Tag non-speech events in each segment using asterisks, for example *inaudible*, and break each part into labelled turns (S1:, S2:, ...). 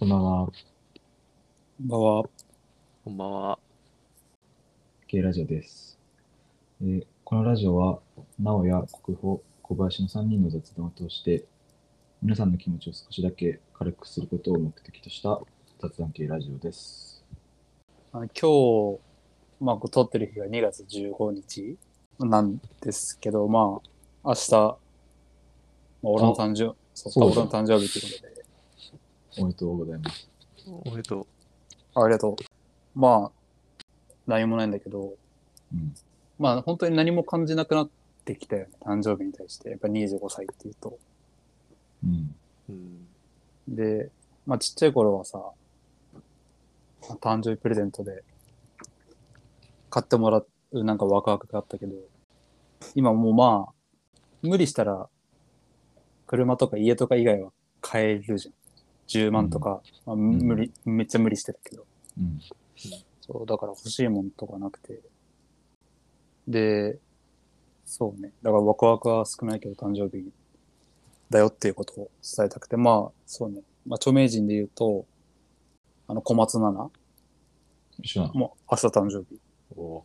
S1: ばんは、
S2: こんばんは。
S3: こんばんは。
S1: K ラジオです、えーこのラジオは、直や国宝、小林の3人の雑談を通して、皆さんの気持ちを少しだけ軽くすることを目的とした雑談系ラジオです。
S2: あ今日、まあ、こう撮ってる日が2月15日なんですけど、まあ、明日、まあ、俺の誕生そう
S1: そう
S2: 俺の誕生日ということで、
S1: おめでとうございます。
S3: おめでと
S2: あありがとう。まあ、何もないんだけど、
S1: うん。
S2: まあ、本当に何も感じなくなってきたよね、誕生日に対して。やっぱ25歳っていうと。
S1: うん。
S3: う。うん。
S2: で、まあ、ちっちゃい頃はさ、まあ誕生日プレゼントで買ってもらうなんかワクワクがあったけど、今もうまあ、無理したら、車とか家とか以外は買えるじゃん。10万とか、まあ、無理、めっちゃ無理してたけど。
S1: うん。
S2: そう、だから欲しいもんとかなくて。で、そうね。だからワクワクは少ないけど誕生日だよっていうことを伝えたくて。まあ、そうね。まあ、著名人で言うと、あの、小松菜奈
S1: 一緒なの
S2: も明日誕生日。
S1: お
S3: お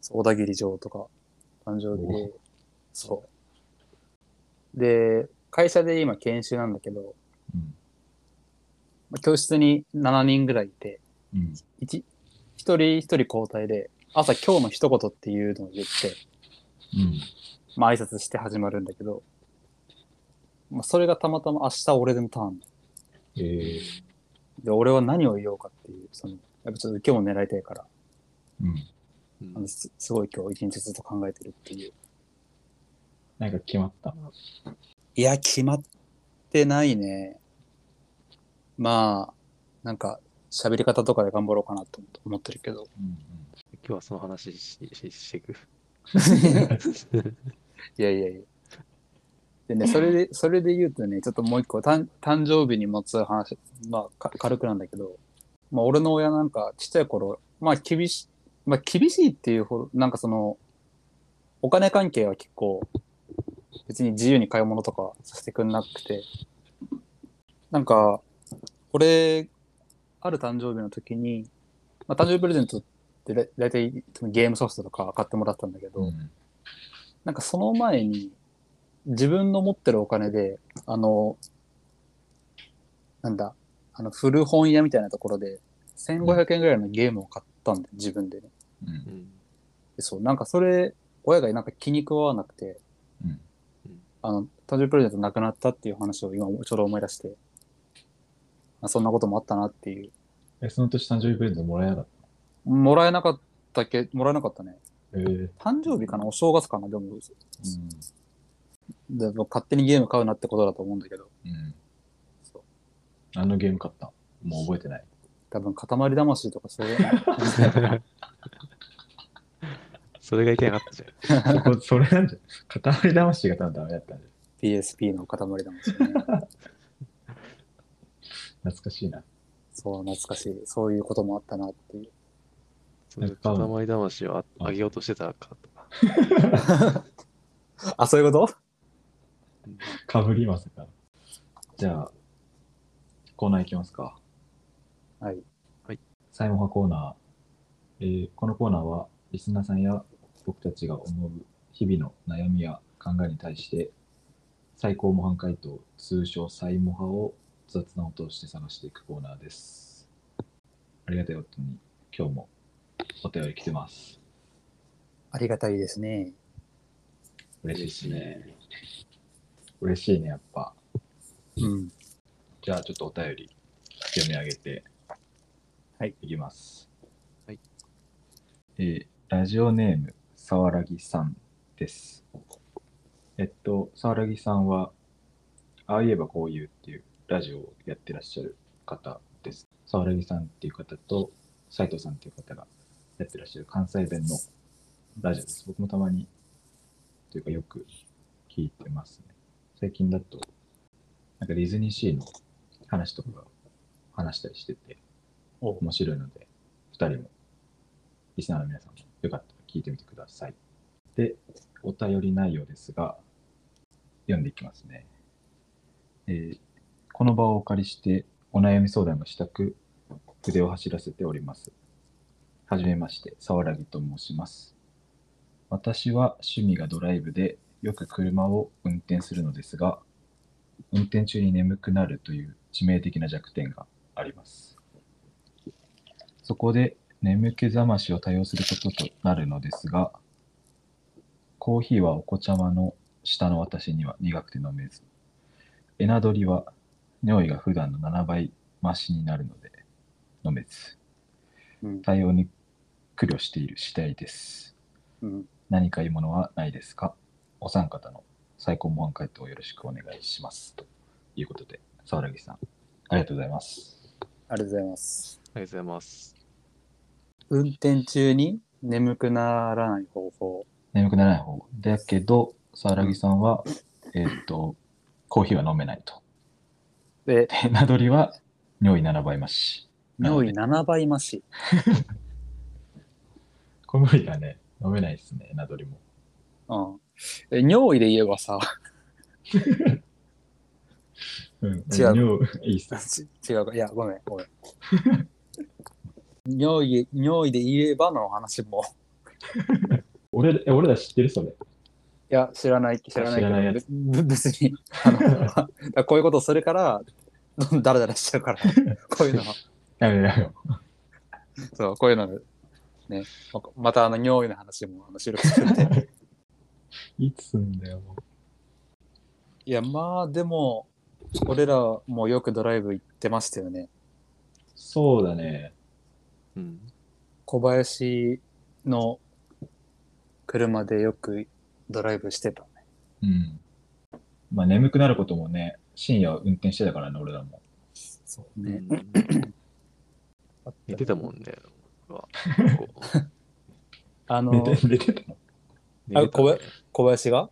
S2: そう小田切城とか誕生日で
S1: お、
S2: そう。で、会社で今研修なんだけど、
S1: うん。
S2: まあ教室に7人ぐらいいて、
S1: うん。
S2: 一一人一人交代で、朝今日の一言っていうのを言って、
S1: うん。
S2: まあ挨拶して始まるんだけど、まあ、それがたまたま明日俺のターン
S1: えー、
S2: で、俺は何を言おうかっていう、その、やっぱちょっと受けも狙いたいから、
S1: うん。
S3: うん
S2: あのすすごい今日一日ずっと考えてるっていう。
S1: なんか決まった。
S2: いや、決まってないね。まあ、なんか、喋り方とかで頑張ろうかなと思ってるけど。
S1: うん。
S3: 今日はその話ししして
S1: *laughs*
S3: いく。
S2: いやいやいや。でね、それで、それで言うとね、ちょっともう一個、誕誕生日にまつわる話、まあ、か軽くなんだけど、まあ、俺の親なんか、ちっちゃい頃、まあ、厳し、まあ、厳しいっていうほど、なんかその、お金関係は結構、別に自由に買い物とかさせてくんなくて、なんか、俺、ある誕生日の時に、まあ、誕生日プレゼントってだだいたいゲームソフトとか買ってもらったんだけど、
S1: うん。
S2: なんかその前に、自分の持ってるお金で、あの、なんだ、あの、古本屋みたいなところで、1500円ぐらいのゲームを買ったんで、自分でね。
S1: う。
S3: うんん。
S2: でそう、なんかそれ、親がなんか気に食わなくて、
S1: うん。
S2: あの、誕生日プレゼントなくなったっていう話を今ちょうど思い出して、まあ、そんなこともあったなっていう。
S1: え、その年誕生日プレゼントもらえなかっ
S2: もらえなかったけ、もらえなかったね。
S1: た。えー、
S2: 誕生日かなお正月かなでも、でも勝手にゲーム買うなってことだと思うんだけど。
S1: うん。うん。
S2: そう
S1: あのゲーム買ったもう覚えてない。
S2: 多分、塊魂とかそういうの。
S3: それがいけなかったじゃん。
S1: そこ、それなんじゃ、塊魂が多分ダメだったんじ
S2: PSP の塊だもんね。
S1: ゃ。懐かしいな。
S2: そう、懐かしい。そういうこともあったなっていう。
S3: それ塊魂をああげようとしてたかとか。
S2: あ、そういうこと
S1: かぶりますか。じゃあ、コーナーいきますか。
S2: はい。
S1: サイモン派コーナー、えーこのコーナーは、リスナーさんや僕たちが思う日々の悩みや考えに対して、最高模範回答、通称サイモ派を雑談を通して探していくコーナーです。ありがたいことに、今日もお便り来てます。
S2: ありがたいですね。
S1: 嬉しいですね。嬉しいね、やっぱ。
S2: うん。
S1: じゃあちょっとお便り読み上げて、
S2: はい、
S1: いきます。
S3: はい。
S1: えーラジオネーム、さわらぎさんです。えっと、さわらぎさんは、ああ言えばこう言うっていうラジオをやってらっしゃる方です。さわらぎさんっていう方と、斉藤さんっていう方がやってらっしゃる関西弁のラジオです。僕もたまに、というかよく聞いてますね。最近だと、なんかディズニーシーの話とかが話したりしてて、
S2: お
S1: 面白いので、二人も、リスナーの皆さんも、よかったら聞いてみてください。で、お便り内容ですが、読んでいきますね。えーこの場をお借りして、お悩み相談がしたく、筆を走らせております。はじめまして、沢良木と申します。私は趣味がドライブで、よく車を運転するのですが、運転中に眠くなるという致命的な弱点があります。そこで、眠気覚ましを多用することとなるのですが、コーヒーはお子ちゃまの下の私には苦くて飲めず、エナドリは尿意が普段の7倍増しになるので飲めず、
S2: うん
S1: 対応に苦慮している次第です。
S2: うん、
S1: 何かいいものはないですかお三方の最高模範回答をよろしくお願いします。ということで、沢良木さん、ありがとうございます。
S2: ありがとうございます。
S3: ありがとうございます。
S2: 運転中に眠くならない方法。
S1: 眠くならない方だけど、沢良木さんは、えーっと、コーヒーは飲めないと。
S2: で、
S1: エナドリは尿意7倍増し。
S2: 尿意7倍増し。
S1: これ無理だね。飲めないですね、エナドリも。
S2: うん。え尿意で言えば *laughs* さ、
S1: うん、
S2: 違う
S1: 尿いいっす。
S2: ち違うか。いや、ごめん、ごめん。 *laughs* 尿意、尿意で言えばの話も、
S1: 俺え俺ら知ってるそれ。
S2: いや、知らない、知らないけ
S1: 知らないや
S2: ど、
S1: つ
S2: べべ別に、
S1: *laughs*
S2: あの、だからこういうことをするから、どんだらだらしちゃう *laughs* から、こういうのは、
S1: やめろやめろ。
S2: そう、こういうの、ね、ままたあの、尿意の話も、あの、収録してて。
S1: いつすんだよ。
S2: いや、まあ、でも、俺らもよくドライブ行ってましたよね。
S1: そうだね。
S3: うん。
S2: 小林の車でよくドライブしてたね。
S1: うん。まあ眠くなることもね、深夜運転してたからね、俺らも。
S2: そう
S3: う
S2: ね。
S3: ん寝てたもんね。俺はこう
S2: あの
S1: 寝、て寝てたの
S3: 寝てたね
S2: あ小林が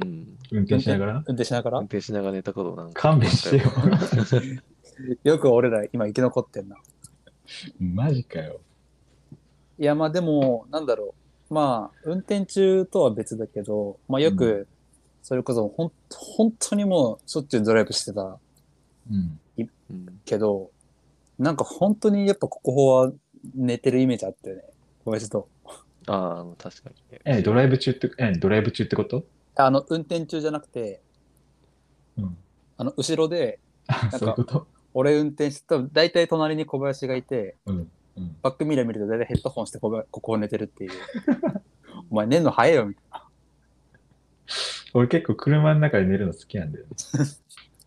S3: うん。
S1: 運転しながら
S2: 運転しなが
S3: 運
S2: ら
S3: 転しながら寝たことなんか。
S1: 勘弁してよ。
S2: よく俺ら今生き残ってんな。
S1: マジかよ。
S2: いや、まあでも、なんだろう。まあ、運転中とは別だけど、まあよ
S1: う
S2: く、それこそほん、本当にもうしょっちゅうドライブしてた
S1: うん。
S3: うん
S2: けど、なんか本当にやっぱここは寝てるイメージあってね。小林と。
S3: ああ、確かにね。
S1: え、ドライブ中って、え、ドライブ中ってこと
S2: あの、運転中じゃなくて、
S1: うん。
S2: あの、後ろで、
S1: あ、
S2: か
S1: そういうこと
S2: 俺運転してた、大体隣に小林がいて、
S1: うん。うん。
S2: バックミラー見ると大体ヘッドホンしてここここを寝てるっ
S1: *laughs*
S2: ていう。お前寝んの早いよ、みたい
S1: 俺結構車の中で寝るの好きなんだよね。
S2: な。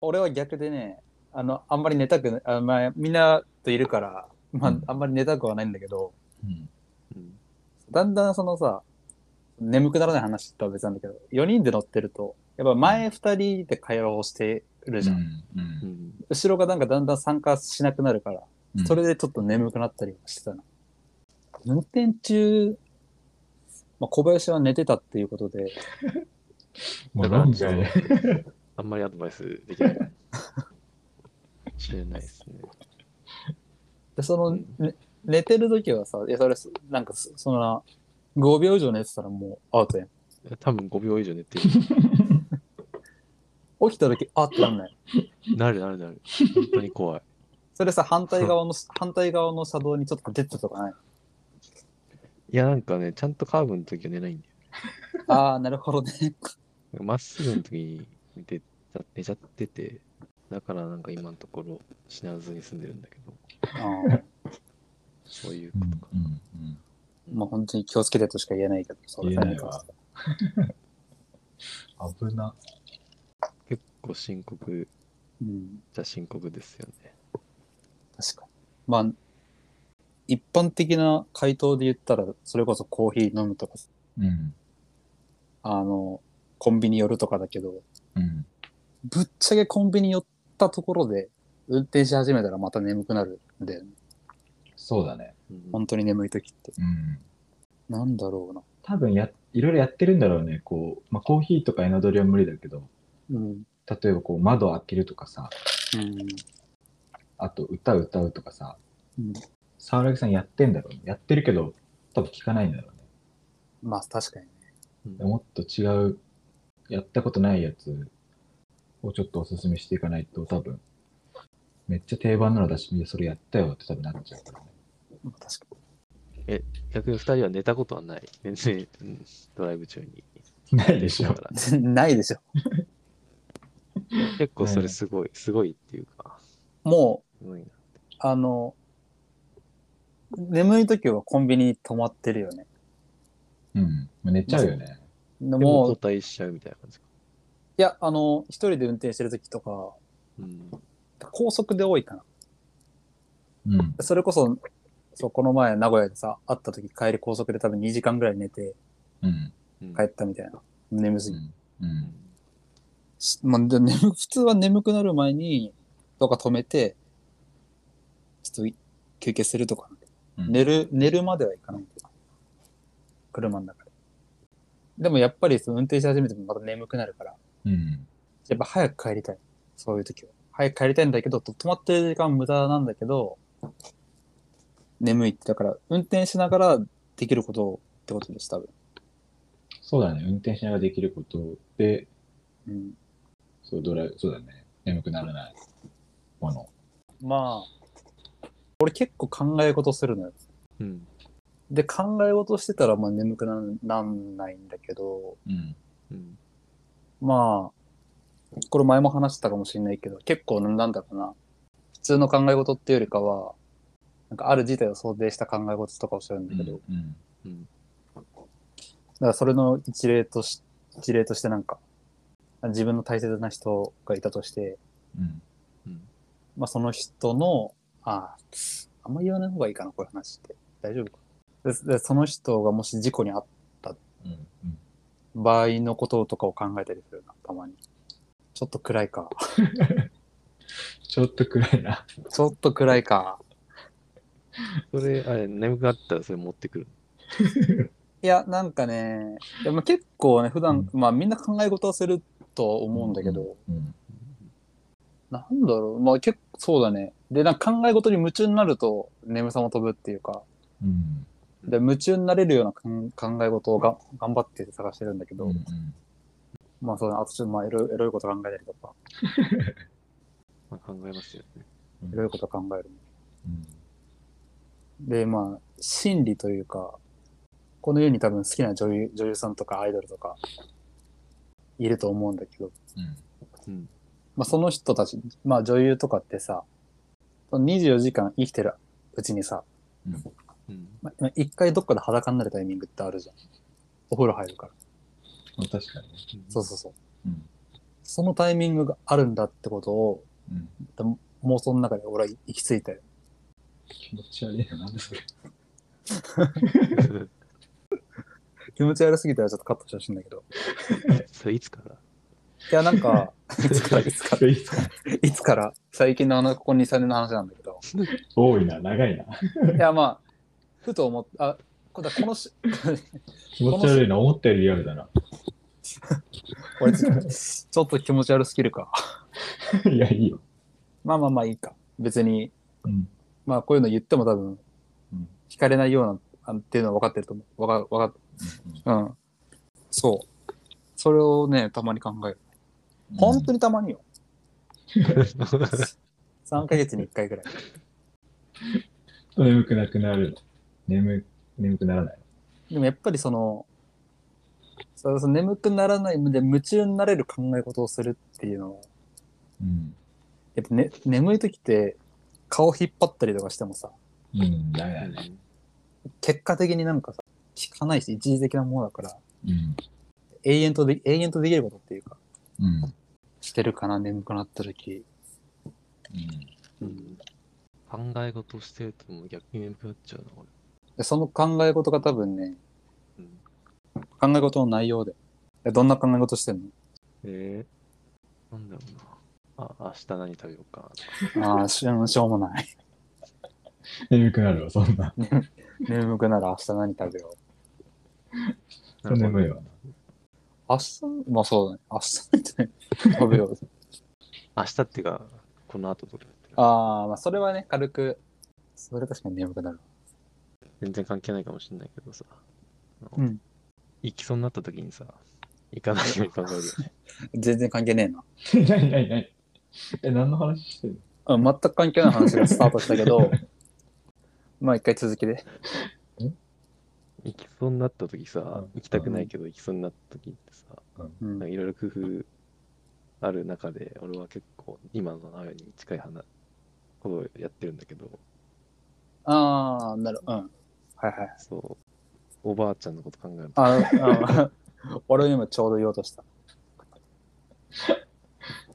S2: 俺は逆でね、あの、あんまり寝たくない、あまあ、みんなといるから、まあ
S1: うん、
S2: あんまり寝たくはないんだけど、
S1: うん。
S3: うん
S2: だんだんそのさ、眠くならない話とは別なんだけど、4人で乗ってると、やっぱ前2人で会話をしてるじゃん。
S1: う。
S3: うんん。
S2: 後ろがなんかだんだん参加しなくなるから、
S1: うん。
S2: それでちょっと眠くなったりもしてたな。運転中、まあ、小林は寝てたっていうことで、
S1: もう飲んじゃう
S3: だ
S1: ね
S3: か。らちょっとあんまりアドバイスできない。知れないですね。
S2: でその、
S3: うん
S2: ね寝てる時はさ、いや、それ、なんかそ、そんな、5秒以上寝てたらもうアウトやん。
S3: 多分5秒以上寝てる。
S2: 起きた時、あってなんない。
S3: なるなるなる。本当に怖い。
S2: それさ、反対側
S1: *laughs*
S2: の、反対側の車道にちょっと出てたとかない。
S3: いや、なんかね、ちゃんとカーブの時は寝ないんだよ。
S2: ああ、なるほ
S1: *laughs*
S2: どね。
S3: まっすぐの時に寝て寝ちゃってて、だからなんか今のところ死なずに住んでるんだけど、
S2: あー
S3: そういう
S1: う
S3: こ
S1: ん
S3: とか。
S1: うんうん。
S2: まあ本当に気をつけてとしか言えないけど、それ
S1: 言えないわ。 *laughs* 危な。
S3: 結構深刻
S2: うん、
S3: じゃ深刻ですよね。
S2: 確かに。まあ、一般的な回答で言ったら、それこそコーヒー飲むとか、
S1: うん。
S2: あの、コンビニ寄るとかだけど、
S1: うん。
S2: ぶっちゃけコンビニ寄ったところで、運転し始めたらまた眠くなるんだよね。
S1: そうだね。
S3: うん
S2: 本当に眠い時って。
S1: うん。
S2: なんだろうな。
S1: 多分や、いろいろやってるんだろうね。こう、まあ、コーヒーとかエナドリは無理だけど、
S2: うん。
S1: 例えばこう、窓開けるとかさ、あと歌歌うとかさ、
S2: うん
S1: 沢良木さんやってんだろうね。やってるけど、多分聞かないんだろうね。
S2: まあ確かにね。
S1: でもっと違う、やったことないやつ、をちょっとおすすめしていかないと多分、めっちゃ定番なのだし、いやそれやったよって多分なっちゃうからね。
S2: まあ確か
S3: 逆に二人は寝たことはない。全然、うんドライブ中に。
S1: ない *laughs* でしょ
S3: だから
S2: に。 *laughs* ないでしょ。
S3: 結構それすごい、すごいっていうか。
S2: も
S3: すごいな
S2: う、あの、眠い時はコンビニ泊まってるよね。
S1: うん。まあ寝ちゃうよね。
S2: で
S3: でも
S2: も
S3: 交
S2: う、
S3: 代しちゃうみたいな感じか。
S2: いや、あの、一人で運転してる時とか、
S3: うん。
S2: 高速で多いかな。
S1: うん。
S2: それこそ、そう、この前名古屋でさ、会った時帰り高速で多分2時間ぐらい寝て
S1: うん。
S3: うん
S2: 帰ったみたいな。眠す
S1: う
S2: ぎて
S1: ん。うん。
S2: しまあ、で眠 *laughs* 普通は眠くなる前に、とか止めて、ちょっと休憩するとか、
S1: うん
S2: 寝る、寝るまではいかないけど。車の中で。でもやっぱりその運転し始めてもまた眠くなるから、
S1: うん。
S2: やっぱ早く帰りたい。そういう時は。早く帰りたいんだけど、と止まってる時間は無駄なんだけど、眠いって、だから運転しながらできることをってことです、多分。
S1: そうだね。運転しながらできることで、
S2: うん。
S1: そう、ドライそうだね。眠くならないもの。
S2: まあ、俺結構考え事するのよ。
S3: うん。
S2: で、考え事してたら、まあ眠くなんなんないんだけど、
S1: うん。
S3: うん。
S2: まあ、これ前も話したかもしれないけど、結構なんだろうな。普通の考え事っていうよりかは、なんかある事態を想定した考え事とかをするんだけど、だか
S1: うん。
S3: うん。
S2: らそれの一例とし、一例としてなんか、自分の大切な人がいたとして、
S1: うん。
S3: うん。
S2: まあその人の、ああ、あんま言わない方がいいかな、こういう話って。大丈夫かででその人がもし事故にあった
S1: うん。うん。
S2: 場合のこととかを考えたりするな、たまに。ちょっと暗いか。
S1: ちょっと暗いな。
S2: ちょっと暗いか。
S3: それ、あれ、眠くなったらそれ持ってくる。
S2: いや、なんかね、いやまあ結構ね、普段、まあみんな考え事はすると思うんだけど、
S1: うん。
S2: なんだろう、まあ結構そうだね。で、なんか考え事に夢中になると眠さも飛ぶっていうか、
S1: うん。
S2: で夢中になれるようなかん考え事をが頑張って探してるんだけど、
S1: うん。
S2: まあそうだね、あとちょっとまあエロいエロいこと考えたりとか、
S3: まあ、考えますよね。
S2: エロいこと考える。
S1: うん。
S2: で、まあ、心理というか、この世に多分好きな女優女優さんとかアイドルとか、いると思うんだけど、
S1: うん。
S3: うん。
S2: まあ、その人たち、まあ女優とかってさ、その24時間生きてるうちにさ、
S1: うん。
S3: うん。
S2: まま一回どっかで裸になるタイミングってあるじゃん。お風呂入るから。
S1: まあ確かにね。
S2: そうそうそう。
S1: うん。
S2: そのタイミングがあるんだってことを、
S1: うん。
S2: でも妄想の中で俺は行き着いたよ。
S1: 気持ち悪いな。なんでそれ。
S3: う。
S2: 気持ち悪すぎたらちょっとカットしてほしいんだけど。
S3: *laughs* それいつから
S2: いや、なんか、 *laughs* いつから、いつから、
S1: いいっすか
S2: *laughs* いつから、最近の話、ここ2、3年の話なんだ *laughs* けど。
S1: *laughs* 多いな。長いな。
S2: いや、まあ、ふと思っあ、こだこのし、
S1: 気持ち悪いな。思ったよりリアルだな。
S2: 俺ちょっとちょっと気持ち悪すぎるか。
S1: *laughs* いや、いいよ。
S2: まあまあまあいいか。別に、
S1: うん。
S2: まあこういうの言っても多分、
S1: うん。
S2: 惹かれないような、あっていうのは分かってると思う。分か、分かうん。そう。それをね、たまに考える。本当
S1: に
S2: にたまによ。3ヶ月に1回ぐらい。
S1: 眠くなくなる。眠、眠くならない。
S2: でもやっぱりその、そうそう眠くならないで夢中になれる考え事をするっていうのは、
S1: うん。
S2: やっぱね、眠い時って顔引っ張ったりとかしてもさ、
S1: うん。ダメだね。
S2: 結果的になんかさ、効かないし、一時的なものだから、
S1: うん。
S2: 永遠とで、永遠とできることっていうか、
S1: うん。うん。
S2: してるかな、眠くなった時。
S3: うん考え事をしてるともう逆に眠くなっちゃうな、俺。
S2: でその考え事が多分ね、
S3: うん
S2: 考え事の内容で。えどんな考え事してん
S3: えー、なんだろうな。あ、明日何食べようか
S2: のああ、しうんしょうもない。 *laughs*
S1: 眠くなるわ、そんな。
S2: 眠くなら明日何食べよう。
S3: な。
S1: 眠いわ。 *laughs*
S2: 明日、まあそうだね。明日何食べよう。
S3: 明日っていうか、この後とかって
S2: ああ、まあそれはね、軽く。それ確かに眠くなる。
S3: 全然関係ないかもしれないけどさ。あ
S2: う
S3: の
S2: ん
S3: 行きそうになった時にさ、行かないように考えるよね。
S2: 全然関係ねえな。
S1: 何何何え、何の話してる
S2: あ全く関係ない話がスタートしたけ *laughs* ど、まあ一回続きで。
S3: 行きそうになった時さ
S1: うん、
S3: 行きたくないけど行きそうになった時ってさ、
S2: う
S3: なん
S2: ん
S3: かいろいろ工夫ある中で、俺は結構今のあやに近い話、ことをやってるんだけど、
S2: ああ、なるうん。はいはい。
S3: そう、おばあちゃんのこと考えると、
S2: ああ *laughs* 俺も今ちょうど言おうとした。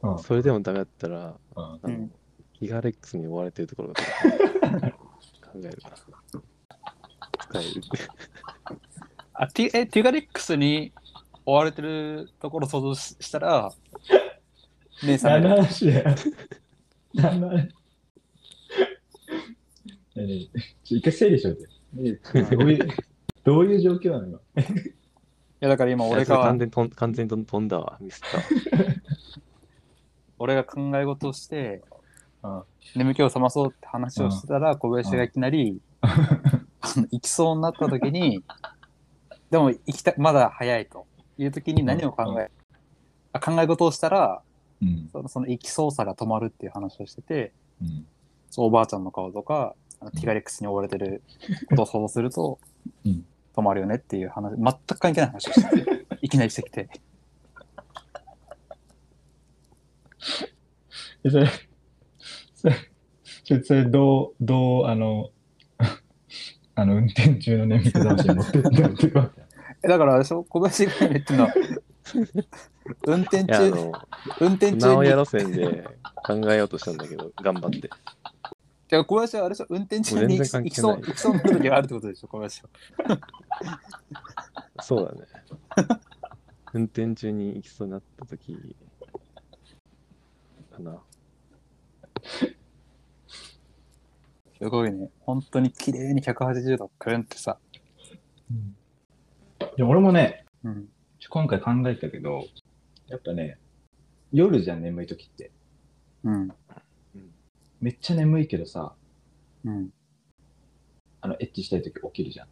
S1: の
S3: それでもダメだったら、
S1: うん
S3: あの、
S2: うん
S3: ギガレックスに追われてるところが考えるから。使える。
S2: あティえティガレックスに追われてるところ想像ししたら、姉さ
S1: 何
S2: *laughs* ん
S1: の
S2: が
S1: 話だよ。何の話えねえちょ一回整理しようぜ。ねえどういう、どういう状況なのよ。
S2: いやだから今俺
S3: いやちょっと
S2: が
S3: 完全に飛ん完全に飛んだわ、ミスったわ。
S2: 俺が考え事をして
S1: あ
S2: 眠気を覚まそうって話をしてたら小林がいきなりあの行きそうになった時にでも行きたまだ早いという時に何を考え、あ考え事をしたら
S1: うん。
S2: そのその行きそうさが止まるっていう話をしてて
S1: うん。
S2: そうおばあちゃんの顔とかあのティガレックスに追われてることを想像すると、
S1: うん
S2: 止まるよねっていう話全く関係ない話をしてていきなりしてきて
S1: えそれ、それ、それ、それどう、どう、あの、あの、運転中の眠気覚ましに持ってったのってこと
S2: えだからあれでしょ小林が言ってるのは運転
S3: いや、あ
S2: 中
S3: の、
S2: 運転中
S3: 直
S2: に
S3: 屋路線で考えようとしたんだけど、頑張って。
S2: じゃあ小林はあれでしょ運転中に
S3: もう全
S2: 行き行きそう
S3: 然関係ない
S2: 行きそうになる時があるってことでしょ小林は。
S3: *laughs* そうだね。 *laughs* 運転中に行きそうになった時かな。
S2: すごいね。本当に綺麗に180度くるんってさ。
S1: でも俺もね、
S2: うん。
S1: ちょ今回考えたけど、やっぱね、夜じゃん、眠い時って。
S2: うん。
S1: めっちゃ眠いけどさ、
S2: うん。
S1: あの、エッチしたい時起きるじゃん。